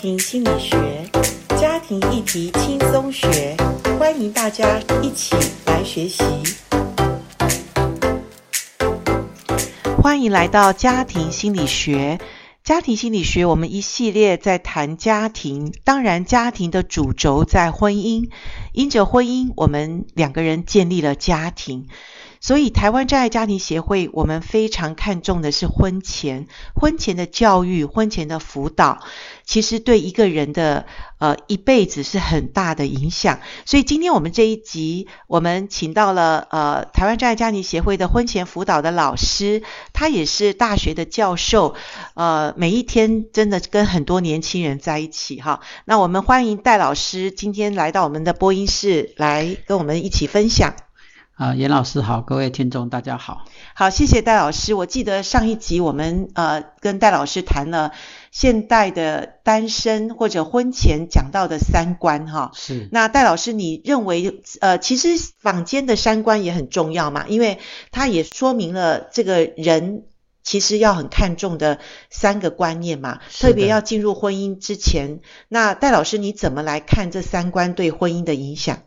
庭心理学，家庭议题轻松学，欢迎大家一起来学习。欢迎来到家庭心理学。家庭心理学，我们一系列在谈家庭，当然家庭的主轴在婚姻。因着婚姻，我们两个人建立了家庭，所以台湾真爱家庭协会，我们非常看重的是婚前、婚前的教育、婚前的辅导，其实对一个人的呃一辈子是很大的影响。所以今天我们这一集，我们请到了呃台湾真爱家庭协会的婚前辅导的老师，他也是大学的教授，呃。每一天真的跟很多年轻人在一起哈，那我们欢迎戴老师今天来到我们的播音室来跟我们一起分享。啊、呃，严老师好，各位听众大家好。好，谢谢戴老师。我记得上一集我们呃跟戴老师谈了现代的单身或者婚前讲到的三观哈。是。那戴老师，你认为呃其实坊间的三观也很重要嘛？因为它也说明了这个人。其实要很看重的三个观念嘛，特别要进入婚姻之前，那戴老师你怎么来看这三观对婚姻的影响？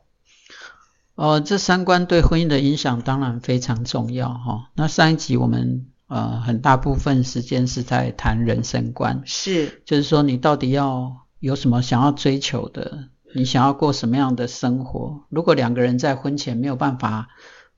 哦、呃，这三观对婚姻的影响当然非常重要哈、哦。那上一集我们呃很大部分时间是在谈人生观，是，就是说你到底要有什么想要追求的，你想要过什么样的生活？如果两个人在婚前没有办法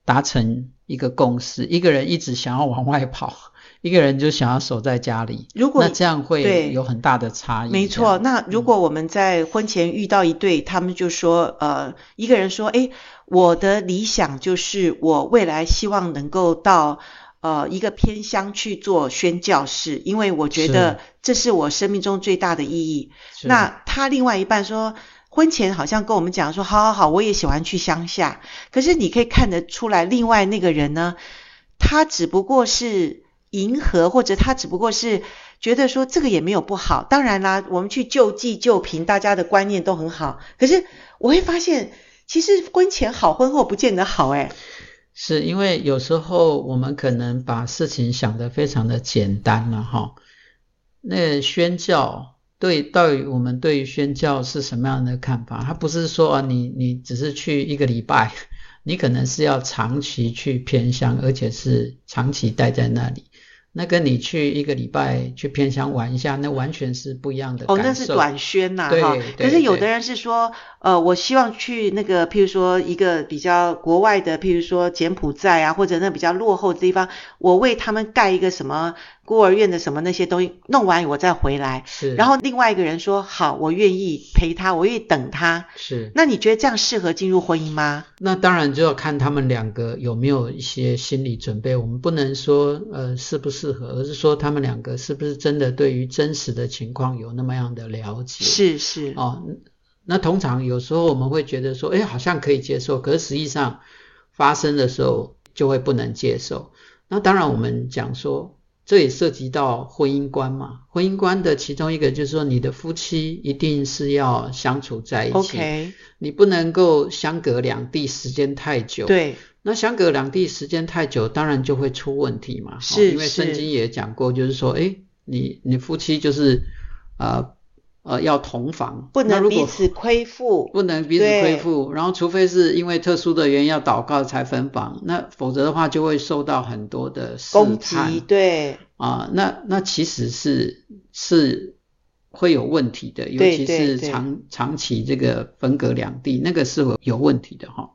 达成一个共识，一个人一直想要往外跑。一个人就想要守在家里，如果那这样会有很大的差异。没错，那如果我们在婚前遇到一对，嗯、他们就说，呃，一个人说，哎，我的理想就是我未来希望能够到呃一个偏乡去做宣教士，因为我觉得这是我生命中最大的意义。那他另外一半说。婚前好像跟我们讲说，好好好，我也喜欢去乡下。可是你可以看得出来，另外那个人呢，他只不过是。迎合，或者他只不过是觉得说这个也没有不好。当然啦，我们去救济救贫，大家的观念都很好。可是我会发现，其实婚前好，婚后不见得好、欸。哎，是因为有时候我们可能把事情想得非常的简单了、啊、哈。那宣教对，到底我们对于宣教是什么样的看法？他不是说啊，你你只是去一个礼拜，你可能是要长期去偏乡，而且是长期待在那里。那跟你去一个礼拜去偏乡玩一下，那完全是不一样的哦，那是短宣呐、啊，哈。可是有的人是说，呃，我希望去那个，譬如说一个比较国外的，譬如说柬埔寨啊，或者那比较落后的地方，我为他们盖一个什么孤儿院的什么那些东西，弄完我再回来。是。然后另外一个人说，好，我愿意陪他，我愿意等他。是。那你觉得这样适合进入婚姻吗？那当然就要看他们两个有没有一些心理准备，我们不能说，呃，是不是？适合，而是说他们两个是不是真的对于真实的情况有那么样的了解？是是哦，那通常有时候我们会觉得说，哎，好像可以接受，可是实际上发生的时候就会不能接受。那当然，我们讲说，这也涉及到婚姻观嘛。婚姻观的其中一个就是说，你的夫妻一定是要相处在一起，你不能够相隔两地时间太久。对。那相隔两地时间太久，当然就会出问题嘛。哦是，因为圣经也讲过，就是说，哎，你你夫妻就是呃呃要同房，不能彼此亏负，不能彼此亏负。然后，除非是因为特殊的原因要祷告才分房，那否则的话就会受到很多的攻击。对啊、呃，那那其实是是会有问题的，尤其是长长期这个分隔两地，那个是有问题的哈。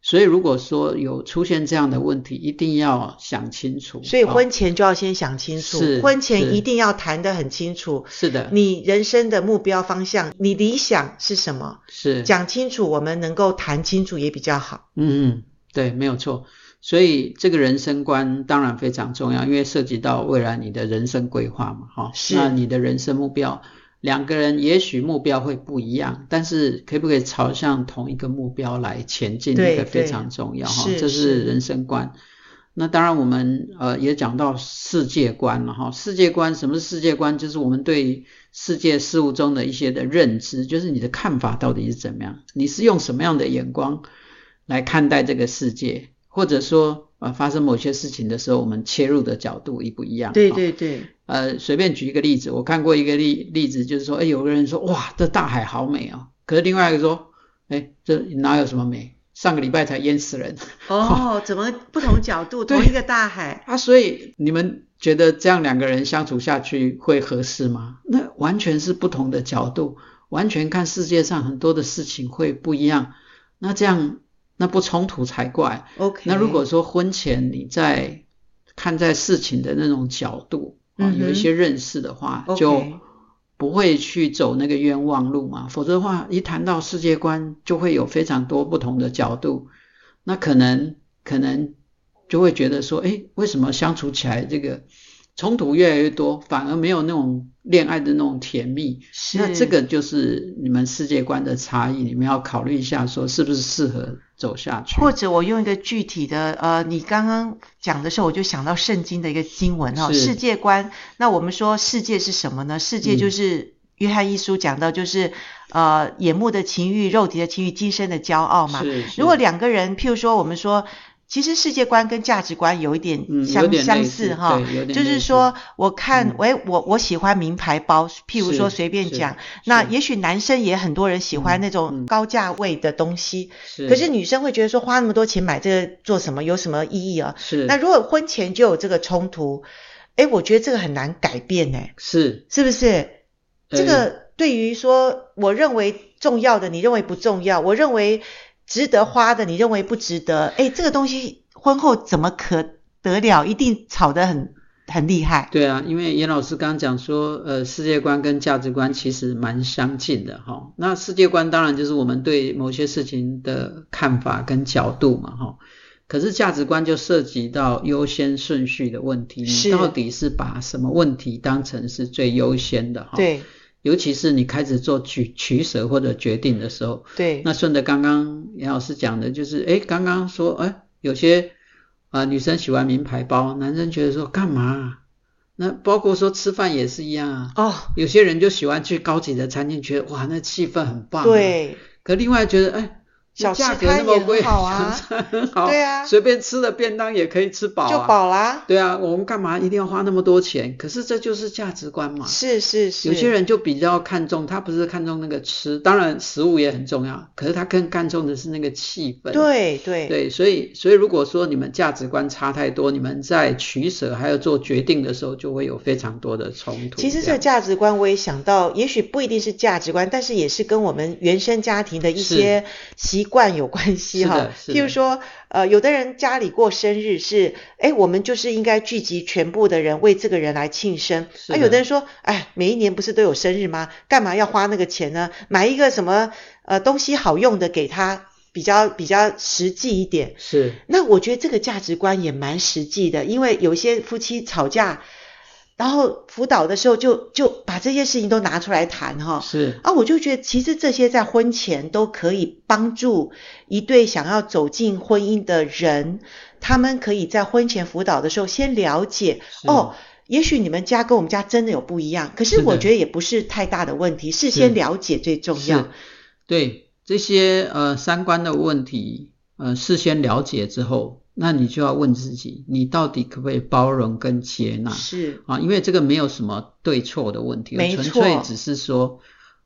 所以，如果说有出现这样的问题，一定要想清楚。所以，婚前就要先想清楚，哦、婚前一定要谈得很清楚。是的，你人生的目标方向，你理想是什么？是讲清楚，我们能够谈清楚也比较好。嗯嗯，对，没有错。所以，这个人生观当然非常重要，因为涉及到未来你的人生规划嘛，哈、哦。是。那你的人生目标。两个人也许目标会不一样，但是可不可以朝向同一个目标来前进，这个非常重要哈。这是人生观。那当然，我们呃也讲到世界观了哈。世界观，什么是世界观？就是我们对世界事物中的一些的认知，就是你的看法到底是怎么样，你是用什么样的眼光来看待这个世界，或者说啊发生某些事情的时候，我们切入的角度一不一样。对哈对对，呃，随便举一个例子，我看过一个例例子，就是说，哎，有个人说，哇，这大海好美哦，可是另外一个说，哎，这哪有什么美？上个礼拜才淹死人哦，怎么不同角度，对同一个大海，啊！所以你们觉得这样两个人相处下去会合适吗？那完全是不同的角度，完全看世界上很多的事情会不一样。那这样那不冲突才怪。 ，OK。那如果说婚前你在看待事情的那种角度，啊、嗯哼有一些认识的话 OK 就不会去走那个冤枉路嘛。否则的话，一谈到世界观，就会有非常多不同的角度，那可能可能就会觉得说，哎，为什么相处起来这个冲突越来越多，反而没有那种恋爱的那种甜蜜？是那这个就是你们世界观的差异，你们要考虑一下，说是不是适合走下去。或者我用一个具体的，呃，你刚刚讲的时候，我就想到圣经的一个经文哈、是世界观。那我们说世界是什么呢？世界嗯就是约翰一书讲到，就是、呃，眼目的情欲、肉体的情欲、今生的骄傲嘛。是是如果两个人，譬如说我们说，其实世界观跟价值观有一点嗯，相、有点类相似似哈。对有点就是类似说，我看，嗯喂、我我喜欢名牌包，譬如说是随便是讲是，那也许男生也很多人喜欢嗯那种嗯高价位的东西，是，可是女生会觉得说花那么多钱买这个做什么？有什么意义啊？是那如果婚前就有这个冲突，哎，我觉得这个很难改变哎，是是不是？呃这个对于说我认为重要的，你认为不重要；我认为值得花的，你认为不值得。哎，这个东西婚后怎么可得了？一定吵得很很厉害。对啊，因为严老师刚刚讲说，呃，世界观跟价值观其实蛮相近的哈、那世界观当然就是我们对某些事情的看法跟角度嘛哈、可是价值观就涉及到优先顺序的问题，是你到底是把什么问题当成是最优先的哈、，对尤其是你开始做取取舍或者决定的时候，对那顺着刚刚杨老师讲的，就是诶，刚刚说诶，有些啊、呃女生喜欢名牌包，男生觉得说干嘛？那包括说吃饭也是一样啊，哦，有些人就喜欢去高级的餐厅，觉得哇那气氛很棒、，啊对可另外觉得哎，小吃价格那么贵，摊也很好啊小吃摊很好，对啊随便吃的便当也可以吃饱、啊，就饱啦。对啊，我们干嘛一定要花那么多钱？可是这就是价值观嘛。是是是，有些人就比较看重，他不是看重那个吃，当然食物也很重要，可是他更看重的是那个气氛。对对对，所以所以如果说你们价值观差太多，你们在取舍还有做决定的时候，就会有非常多的冲突。其实这这个样价值观，我也想到，也许不一定是价值观，但是也是跟我们原生家庭的一些习惯有关系是哈的。是的譬如说，呃，有的人家里过生日是，哎，我们就是应该聚集全部的人为这个人来庆生。是啊，的有的人说，哎，每一年不是都有生日吗？干嘛要花那个钱呢？买一个什么呃东西好用的给他，比较比较实际一点。是那我觉得这个价值观也蛮实际的，因为有一些夫妻吵架，然后辅导的时候就就把这些事情都拿出来谈哈、是啊，我就觉得其实这些在婚前都可以帮助一对想要走进婚姻的人，他们可以在婚前辅导的时候先了解是哦。也许你们家跟我们家真的有不一样，可是是的我觉得也不是太大的问题，事先了解最重要是。对这些呃三观的问题，呃事先了解之后，那你就要问自己，你到底可不可以包容跟接纳？是，啊，因为这个没有什么对错的问题，没纯错粹只是说，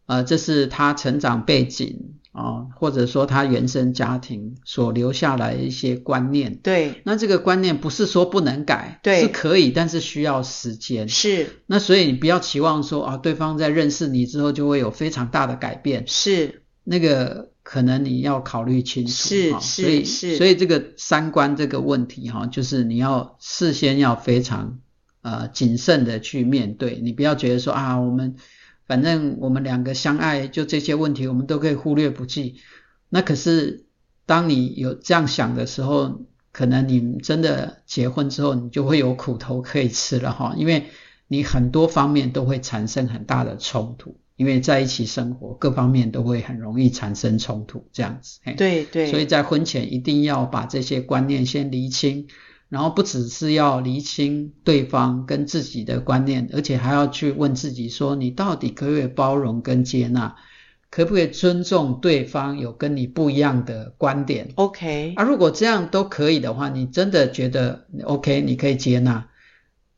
呃，这是他成长背景啊、或者说他原生家庭所留下来一些观念。对，那这个观念不是说不能改，对是可以，但是需要时间。是那所以你不要期望说啊，对方在认识你之后就会有非常大的改变，是，那个可能你要考虑清楚。是哈是所以是所以这个三观这个问题哈、就是你要事先要非常呃谨慎的去面对，你不要觉得说啊，我们反正我们两个相爱，就这些问题我们都可以忽略不计。那可是当你有这样想的时候，可能你真的结婚之后，你就会有苦头可以吃了哈，因为你很多方面都会产生很大的冲突，因为在一起生活各方面都会很容易产生冲突，这样子。嘿对对。所以在婚前一定要把这些观念先厘清，然后不只是要厘清对方跟自己的观念，而且还要去问自己说，你到底可不可以包容跟接纳？可不可以尊重对方有跟你不一样的观点？ OK，啊，如果这样都可以的话，你真的觉得 OK，你可以接纳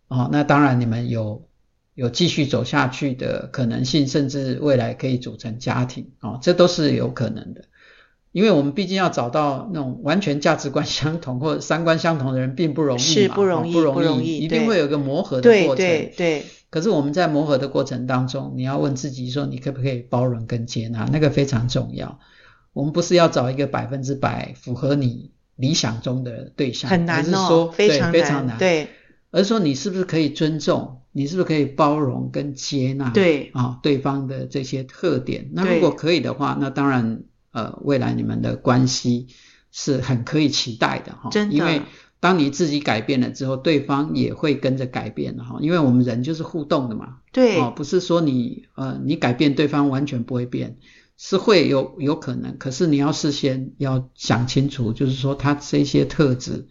哦，那当然你们有有继续走下去的可能性，甚至未来可以组成家庭哦，这都是有可能的。因为我们毕竟要找到那种完全价值观相同或者三观相同的人，并不容易嘛，是不容易哦不容不容易一对定会有一个磨合的对过程。对对，可是我们在磨合的过程当中，你要问自己说，你可不可以包容跟接纳，那个非常重要。我们不是要找一个百分之百符合你理想中的对象，很而难是哦说，非常对非常难，难，，对而是说你是不是可以尊重，你是不是可以包容跟接纳，对啊、对方的这些特点。那对如果可以的话，那当然呃，未来你们的关系是很可以期待的哈，真的因为。当你自己改变了之后，对方也会跟着改变的哈，因为我们人就是互动的嘛，对哦，不是说你呃你改变对方完全不会变，是会有有可能，可是你要事先要想清楚，就是说他这些特质，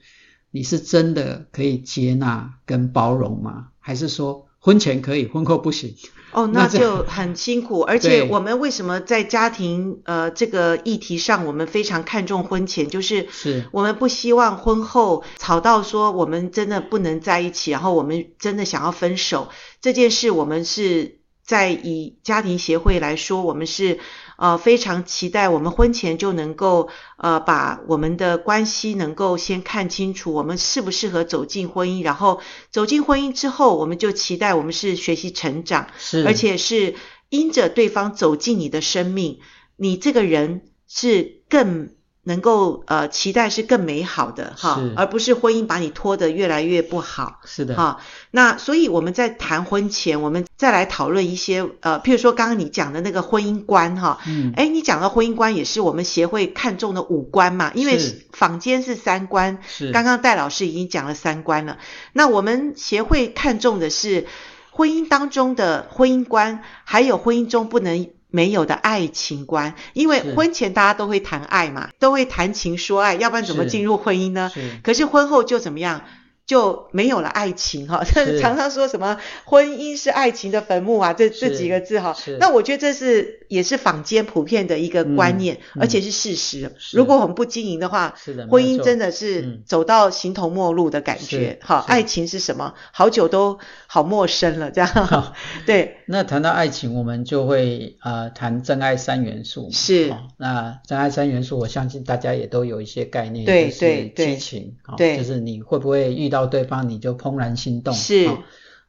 你是真的可以接纳跟包容吗？还是说婚前可以，婚后不行？哦，那那这就很辛苦。而且对我们为什么在家庭呃这个议题上，我们非常看重婚前，就是是我们不希望婚后吵到说我们真的不能在一起，然后我们真的想要分手这件事，我们是在以家庭协会来说，我们是呃非常期待我们婚前就能够呃把我们的关系能够先看清楚，我们适不适合走进婚姻，然后走进婚姻之后，我们就期待我们是学习成长。是，而且是因着对方走进你的生命，你这个人是更能够呃期待是更美好的哈是，而不是婚姻把你拖得越来越不好是的，哈。那所以我们在谈婚前，我们再来讨论一些呃，譬如说刚刚你讲的那个婚姻观哈，嗯，哎，你讲到婚姻观也是我们协会看重的五官嘛，因为是坊间是三观，是刚刚戴老师已经讲了三观了，那我们协会看重的是婚姻当中的婚姻观，还有婚姻中不能没有的爱情观，因为是婚前大家都会谈爱嘛，都会谈情说爱，要不然怎么是进入婚姻呢？是可是婚后就怎么样？就没有了爱情哈， 这是常常说什么婚姻是爱情的坟墓啊，这这是几个字哈是。那我觉得这是也是坊间普遍的一个观念，嗯而且是事实。是如果我们不经营的话，是的，婚姻真的的是嗯走到形同陌路的感觉是，哈，是爱情是什么？好久都好陌生了，这 样，对，那谈到爱情，我们就会呃谈真爱三元素嘛。是哦那真爱三元素，我相信大家也都有一些概念，对就是对对激情，哦对就是你会不会遇到对方你就怦然心动？是哦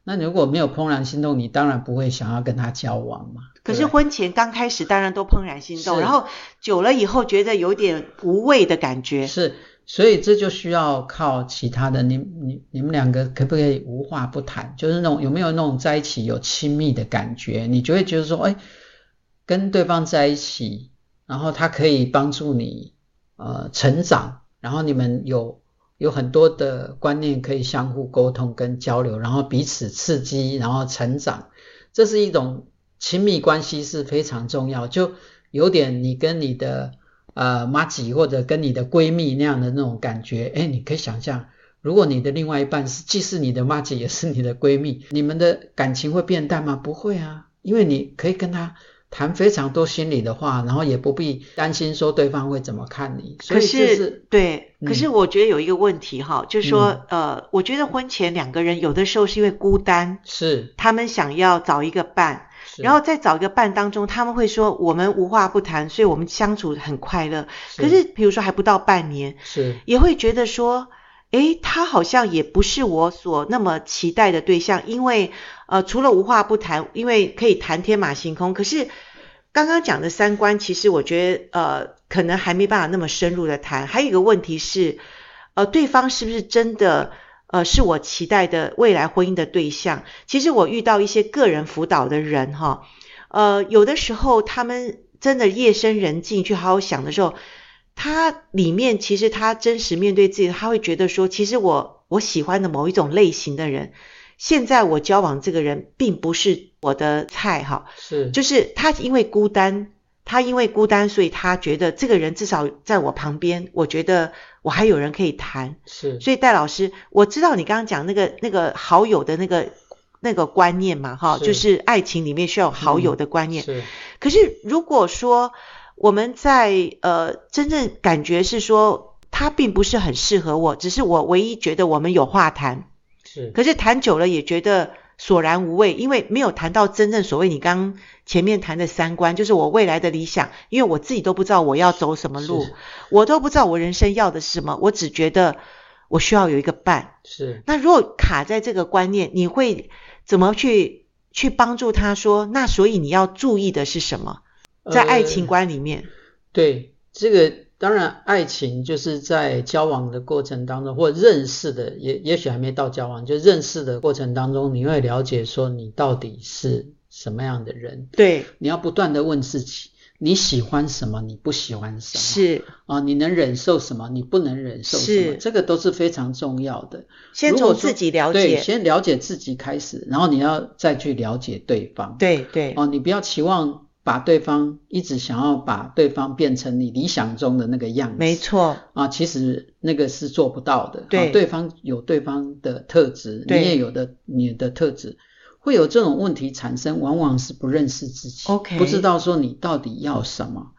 那如果没有怦然心动，你当然不会想要跟他交往嘛。可对是不对婚前刚开始当然都怦然心动，是然后久了以后觉得有点无味的感觉，是，所以这就需要靠其他的，你你你们两个可不可以无话不谈？就是那种有没有那种在一起有亲密的感觉，你就会觉得说，哎，跟对方在一起，然后他可以帮助你呃成长，然后你们有有很多的观念可以相互沟通跟交流，然后彼此刺激，然后成长，这是一种亲密关系是非常重要，就有点你跟你的呃妈吉或者跟你的闺蜜那样的那种感觉，哎，你可以想象，如果你的另外一半是既是你的妈吉也是你的闺蜜，你们的感情会变淡吗？不会啊，因为你可以跟她谈非常多心里的话，然后也不必担心说对方会怎么看你，所可以这是对，嗯可是我觉得有一个问题哈，就是说，呃，我觉得婚前两个人有的时候是因为孤单，是他们想要找一个伴，是，然后在找一个伴当中，他们会说我们无话不谈，所以我们相处很快乐。可是比如说还不到半年，是也会觉得说，诶，他好像也不是我所那么期待的对象，因为呃，除了无话不谈，因为可以谈天马行空，可是刚刚讲的三观，其实我觉得呃，可能还没办法那么深入的谈。还有一个问题是，呃，对方是不是真的？呃，是我期待的未来婚姻的对象。其实我遇到一些个人辅导的人哈，呃，有的时候他们真的夜深人静去好好想的时候，他里面其实他真实面对自己，他会觉得说，其实我我喜欢的某一种类型的人，现在我交往这个人并不是我的菜哈，是就是他因为孤单，他因为孤单，所以他觉得这个人至少在我旁边，我觉得我还有人可以谈。是所以戴老师，我知道你刚刚讲那个那个好友的那个那个观念嘛，哈，是就是爱情里面需要有好友的观念。是可是如果说我们在呃真正感觉是说他并不是很适合我，只是我唯一觉得我们有话谈，是，可是谈久了也觉得索然无味，因为没有谈到真正所谓你刚前面谈的三观，就是我未来的理想，因为我自己都不知道我要走什么路是，我都不知道我人生要的是什么，我只觉得我需要有一个伴。是那如果卡在这个观念，你会怎么去去帮助他说？那所以你要注意的是什么？在爱情呃观里面，对，这个当然，爱情就是在交往的过程当中，或认识的，也也许还没到交往，就认识的过程当中，你会了解说你到底是什么样的人。对，你要不断的问自己，你喜欢什么，你不喜欢什么，是啊，你能忍受什么，你不能忍受什么，是这个都是非常重要的。先如果从说自己了对，解，先了解自己开始，然后你要再去了解对方。对对哦，你不要期望把对方一直想要把对方变成你理想中的那个样子，没错，啊，其实那个是做不到的。对啊对方有对方的特质，你对也有的你的特质，会有这种问题产生，往往是不认识自己 OK 不知道说你到底要什么。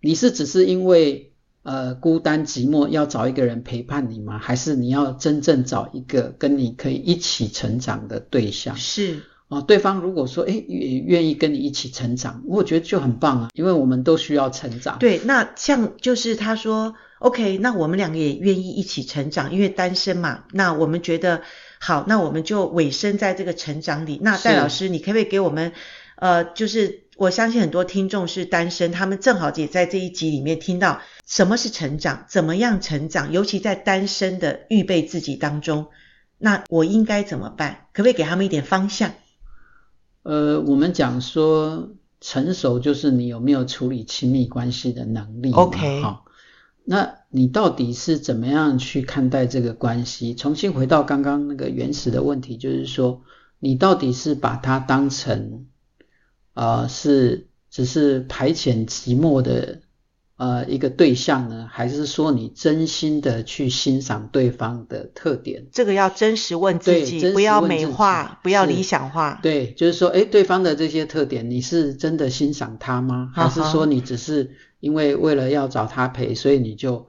你是只是因为呃孤单寂寞要找一个人陪伴你吗？还是你要真正找一个跟你可以一起成长的对象？是哦，对方如果说诶也愿意跟你一起成长，我觉得就很棒啊，因为我们都需要成长。对。那像就是他说，OK，那我们两个也愿意一起成长，因为单身嘛，那我们觉得好，那我们就委身在这个成长里。那是戴老师，你可不可以给我们，呃，就是我相信很多听众是单身，他们正好也在这一集里面听到什么是成长，怎么样成长，尤其在单身的预备自己当中，那我应该怎么办？可不可以给他们一点方向？呃，我们讲说成熟就是你有没有处理亲密关系的能力嘛 OK 好，那你到底是怎么样去看待这个关系？重新回到刚刚那个原始的问题，就是说你到底是把它当成呃是只是排遣寂寞的呃一个对象呢，还是说你真心的去欣赏对方的特点？这个要真实问自对真己，实不要问美自己化，不要是理想化。对，就是说，哎，对方的这些特点，你是真的欣赏他吗？啊哈还是说你只是因为为了要找他陪，所以你就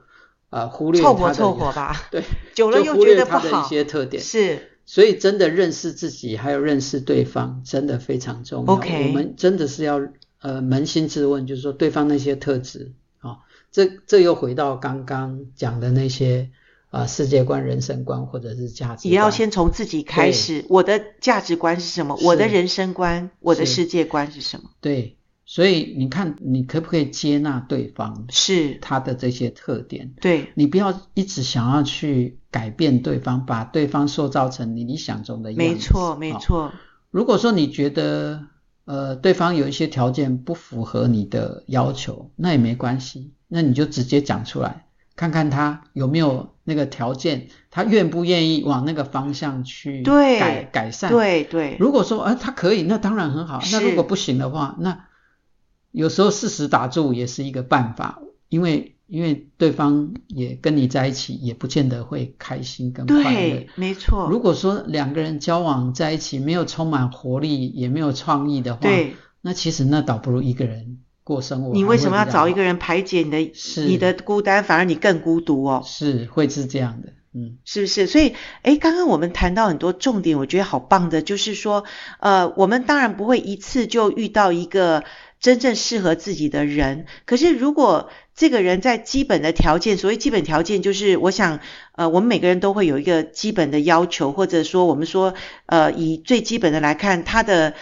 呃忽略凑他合的，凑合吧对，久了就又忽觉略得不他的一好，些特点。是所以真的认识自己，还有认识对方，真的非常重要。 OK 我们真的是要呃扪心自问，就是说对方那些特质啊、这这又回到刚刚讲的那些啊、呃世界观、人生观或者是价值也观，要先从自己开始。我的价值观是什么？我的是人生观，我的是世界观是什么？对。所以你看，你可不可以接纳对方？是，他的这些特点。对，你不要一直想要去改变对方，把对方塑造成你理想中的样子。没错，没哦。错，如果说你觉得呃对方有一些条件不符合你的要求，那也没关系，那你就直接讲出来，看看他有没有那个条件，他愿不愿意往那个方向去对改改善。对对，如果说啊、他可以，那当然很好。那是如果不行的话，那有时候适时打住也是一个办法，因为因为对方也跟你在一起，也不见得会开心跟快乐对。，没错，如果说两个人交往在一起没有充满活力，也没有创意的话，对，那其实那倒不如一个人过生活。你为什么要找一个人？人排解你的是你的孤单，反而你更孤独哦？是会是这样的，嗯，是不是？所以，诶，刚刚我们谈到很多重点，我觉得好棒的，就是说，呃，我们当然不会一次就遇到一个真正适合自己的人，可是如果这个人在基本的条件，所谓基本条件就是，我想，呃，我们每个人都会有一个基本的要求，或者说，我们说，呃，以最基本的来看，他的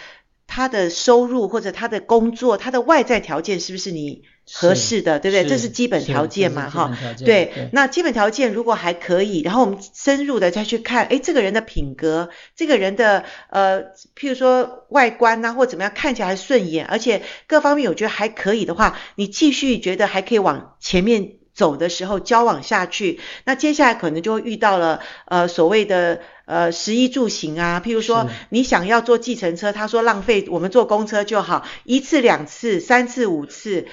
他的收入或者他的工作，他的外在条件是不是你合是适的，对不对？这是基本条件嘛，哈。，对，那基本条件如果还可以，然后我们深入的再去看，诶，这个人的品格，这个人的呃，譬如说外观呐、啊或怎么样，看起来还顺眼，而且各方面我觉得还可以的话，你继续觉得还可以往前面走的时候，交往下去，那接下来可能就会遇到了呃所谓的呃食衣住行啊，譬如说是你想要坐计程车，他说浪费，我们坐公车就好，一次两次、三次五次。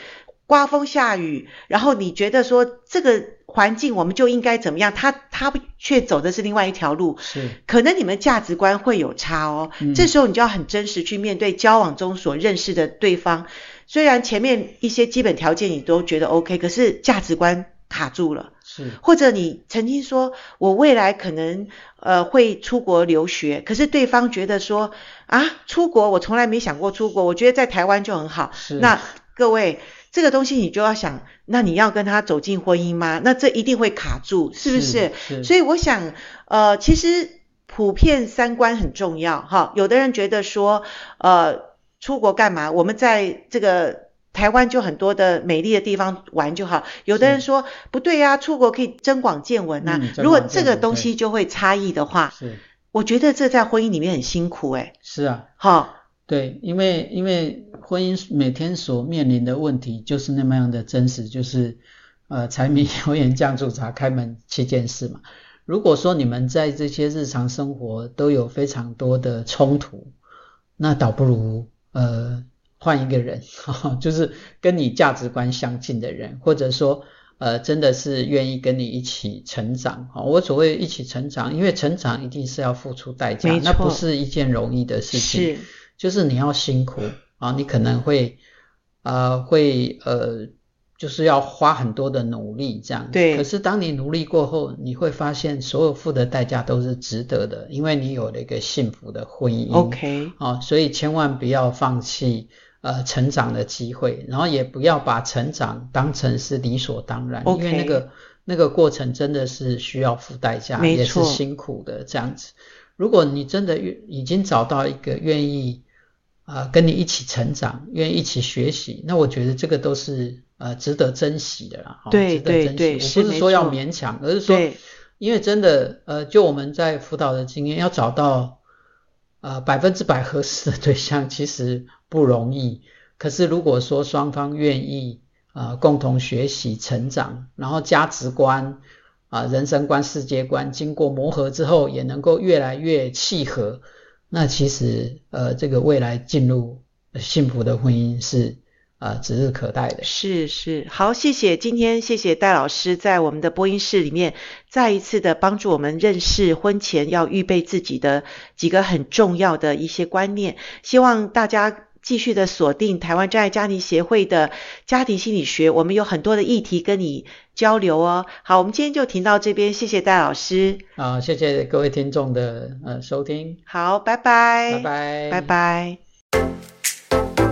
刮风下雨，然后你觉得说这个环境我们就应该怎么样，他他却走的是另外一条路，是，可能你们价值观会有差哦。嗯这时候你就要很真实去面对交往中所认识的对方，虽然前面一些基本条件你都觉得 OK，可是价值观卡住了。是或者你曾经说，我未来可能呃会出国留学，可是对方觉得说啊，出国我从来没想过出国，我觉得在台湾就很好。是，那各位，这个东西你就要想，那你要跟他走进婚姻吗？那这一定会卡住，是不是？是？所以我想，呃，其实普遍三观很重要哈。有的人觉得说，呃，出国干嘛？我们在这个台湾就很多的美丽的地方玩就好。有的人说不对呀、出国可以增广见闻呐、啊嗯增广如果见这个闻东对西就会差异的话，是我觉得这在婚姻里面很辛苦诶、是啊，哈，对，因为因为婚姻每天所面临的问题就是那么样的真实，就是呃柴米 油盐酱醋茶开门七件事嘛。如果说你们在这些日常生活都有非常多的冲突，那倒不如呃换一个人， 就是跟你价值观相近的人，或者说呃真的是愿意跟你一起成长哈、我所谓一起成长，因为成长一定是要付出代价没，那不错是一件容易的事情。是就是你要辛苦啊，你可能会呃会呃，就是要花很多的努力这样。对可是当你努力过后，你会发现所有付的代价都是值得的，因为你有了一个幸福的婚姻。 OK，哦，所以千万不要放弃呃成长的机会，然后也不要把成长当成是理所当然 OK 因为那个那个过程真的是需要付代价，没也是错辛苦的这样子。如果你真的愿已经找到一个愿意呃跟你一起成长、愿意一起学习，那我觉得这个都是呃值得珍惜的啦。哦、对值得对珍惜对是我不没是说要错勉强，而是说对，因为真的，呃，就我们在辅导的经验，要找到呃百分之百合适的对象，其实不容易。可是如果说双方愿意呃共同学习成长，然后价值观啊、人生观、世界观经过磨合之后，也能够越来越契合，那其实呃这个未来进入幸福的婚姻是呃指日可待的。是是，好，谢谢今天谢谢戴老师在我们的播音室里面再一次的帮助我们认识婚前要预备自己的几个很重要的一些观念，希望大家。继续的锁定台湾真爱家庭协会的家庭心理学，我们有很多的议题跟你交流哦。好，我们今天就停到这边，谢谢戴老师。啊、谢谢各位听众的呃收听，好，拜拜，拜拜，拜拜